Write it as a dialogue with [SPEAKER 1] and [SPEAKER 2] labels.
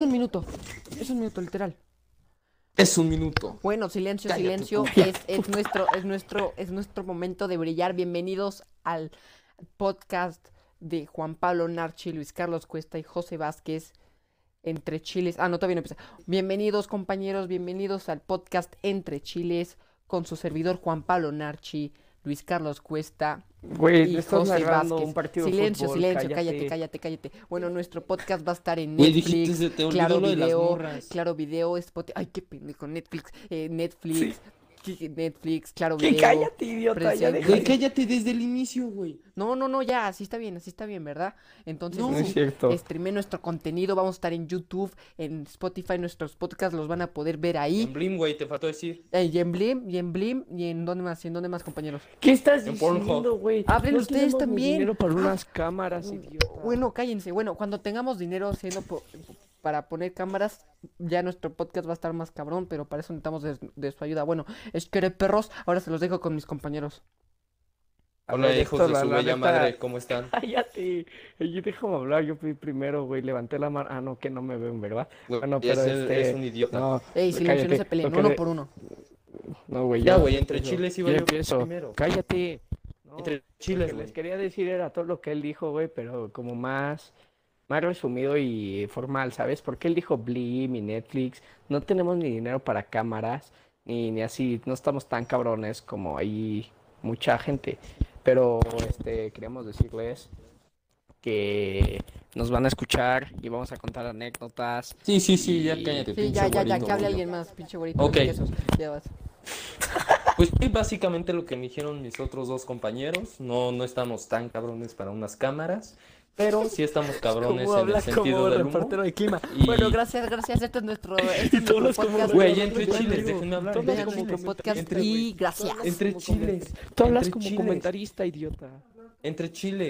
[SPEAKER 1] Es un minuto. Es un minuto, literal.
[SPEAKER 2] Es un minuto.
[SPEAKER 1] Bueno, silencio,
[SPEAKER 2] Cállate,
[SPEAKER 1] silencio.
[SPEAKER 2] puta.
[SPEAKER 1] Es, es nuestro, es nuestro, es nuestro momento de brillar. Bienvenidos al podcast de Juan Pablo Narchi, Luis Carlos Cuesta y José Vázquez. Entre Chiles. Ah, no, todavía no empieza. Bienvenidos, compañeros. Bienvenidos al podcast Entre Chiles con su servidor Juan Pablo Narchi, Luis Carlos Cuesta
[SPEAKER 3] Güey,
[SPEAKER 1] y
[SPEAKER 3] te estás
[SPEAKER 1] José
[SPEAKER 3] narrando
[SPEAKER 1] Vázquez.
[SPEAKER 3] un partido de
[SPEAKER 1] silencio,
[SPEAKER 3] fútbol,
[SPEAKER 1] silencio, cállate, cállate, cállate. Bueno, nuestro podcast va a estar en
[SPEAKER 2] Güey,
[SPEAKER 1] Netflix.
[SPEAKER 2] dijiste, se te olvidó
[SPEAKER 1] Claro
[SPEAKER 2] lo de las
[SPEAKER 1] Video,
[SPEAKER 2] morras.
[SPEAKER 1] Claro Video, Spotify. Ay, qué pendejo, Netflix. eh, Netflix. que- Netflix, Claro
[SPEAKER 3] Que
[SPEAKER 1] Video.
[SPEAKER 3] cállate, idiota, ya
[SPEAKER 1] presión.
[SPEAKER 3] deja.
[SPEAKER 2] Güey,
[SPEAKER 3] de-
[SPEAKER 2] cállate desde el inicio, güey.
[SPEAKER 1] No, no, no, ya, así está bien, así está bien, ¿verdad? Entonces,
[SPEAKER 2] No.
[SPEAKER 3] No es
[SPEAKER 1] sí,
[SPEAKER 3] cierto.
[SPEAKER 1] streamé nuestro contenido, vamos a estar en YouTube, en Spotify, nuestros podcasts los van a poder ver ahí.
[SPEAKER 2] Blim, güey, te faltó decir.
[SPEAKER 1] Eh, y en Blim, y en Blim, y en dónde más, y en dónde más, compañeros.
[SPEAKER 3] ¿Qué estás
[SPEAKER 2] En Pornhub.
[SPEAKER 3] diciendo, güey?
[SPEAKER 1] Hablen
[SPEAKER 3] No
[SPEAKER 1] ustedes
[SPEAKER 3] tenemos ni
[SPEAKER 1] también.
[SPEAKER 3] dinero para unas cámaras, idiota.
[SPEAKER 1] Bueno, cállense. Bueno, cuando tengamos dinero haciendo po- para poner cámaras, ya nuestro podcast va a estar más cabrón, pero para eso necesitamos de, de su ayuda. Bueno, es que eres perros, ahora se los dejo con mis compañeros.
[SPEAKER 3] A
[SPEAKER 2] Hola,
[SPEAKER 3] ver,
[SPEAKER 2] hijos
[SPEAKER 3] Héctor,
[SPEAKER 2] de
[SPEAKER 3] la-
[SPEAKER 2] su
[SPEAKER 3] la
[SPEAKER 2] bella
[SPEAKER 3] neta-
[SPEAKER 2] madre, ¿cómo están?
[SPEAKER 3] Cállate. Oye, déjame hablar, yo fui primero, güey. Levanté la mano. Ah, no, que no me ven, ¿verdad?
[SPEAKER 2] Güey,
[SPEAKER 3] Bueno,
[SPEAKER 2] es,
[SPEAKER 3] pero
[SPEAKER 2] el-
[SPEAKER 3] este-
[SPEAKER 2] es un idiota.
[SPEAKER 3] No,
[SPEAKER 1] Ey, silencio, no
[SPEAKER 3] cállate,
[SPEAKER 1] se peleen,
[SPEAKER 3] lo que
[SPEAKER 1] uno
[SPEAKER 3] le-
[SPEAKER 1] por uno.
[SPEAKER 3] No, güey,
[SPEAKER 2] Ya,
[SPEAKER 3] yo
[SPEAKER 2] güey, entre
[SPEAKER 3] empiezo.
[SPEAKER 2] chiles iba
[SPEAKER 3] Yo
[SPEAKER 2] yo
[SPEAKER 3] empiezo.
[SPEAKER 2] primero.
[SPEAKER 3] Cállate. No,
[SPEAKER 2] Entre
[SPEAKER 3] lo
[SPEAKER 2] chiles,
[SPEAKER 3] que les
[SPEAKER 2] güey.
[SPEAKER 3] quería decir era todo lo que él dijo, güey, pero como más, más resumido y formal, ¿sabes? Porque él dijo Blim y Netflix, no tenemos ni dinero para cámaras, ni, ni así, no estamos tan cabrones como hay mucha gente. Pero este, queríamos decirles que nos van a escuchar y vamos a contar anécdotas.
[SPEAKER 2] Sí, sí, sí, ya
[SPEAKER 3] Y-
[SPEAKER 2] cállate,
[SPEAKER 1] Sí,
[SPEAKER 2] pinche
[SPEAKER 1] ya, ya, ya,
[SPEAKER 2] güerito,
[SPEAKER 1] que hable
[SPEAKER 2] güey.
[SPEAKER 1] alguien más, pinche güerito.
[SPEAKER 2] Ok.
[SPEAKER 1] de quesos. Ya vas.
[SPEAKER 2] Pues sí, básicamente lo que me dijeron mis otros dos compañeros. No, no estamos tan cabrones para unas cámaras, pero sí estamos cabrones en el sentido del humor.
[SPEAKER 3] de clima?
[SPEAKER 2] Y-
[SPEAKER 1] Bueno, gracias, gracias. Este es nuestro, este es
[SPEAKER 3] todos
[SPEAKER 1] nuestro
[SPEAKER 3] los
[SPEAKER 1] podcast.
[SPEAKER 2] Güey,
[SPEAKER 1] Vean
[SPEAKER 2] ya entre
[SPEAKER 1] nuestro-
[SPEAKER 2] chiles, eh. déjenme hablar.
[SPEAKER 3] Todos
[SPEAKER 1] vean
[SPEAKER 2] entre
[SPEAKER 3] como
[SPEAKER 1] nuestro
[SPEAKER 2] chiles,
[SPEAKER 1] podcast
[SPEAKER 2] entre-
[SPEAKER 1] y gracias.
[SPEAKER 2] Entre chiles.
[SPEAKER 3] Tú hablas
[SPEAKER 2] entre
[SPEAKER 3] como
[SPEAKER 2] chiles,
[SPEAKER 3] comentarista, idiota.
[SPEAKER 2] Entre chiles.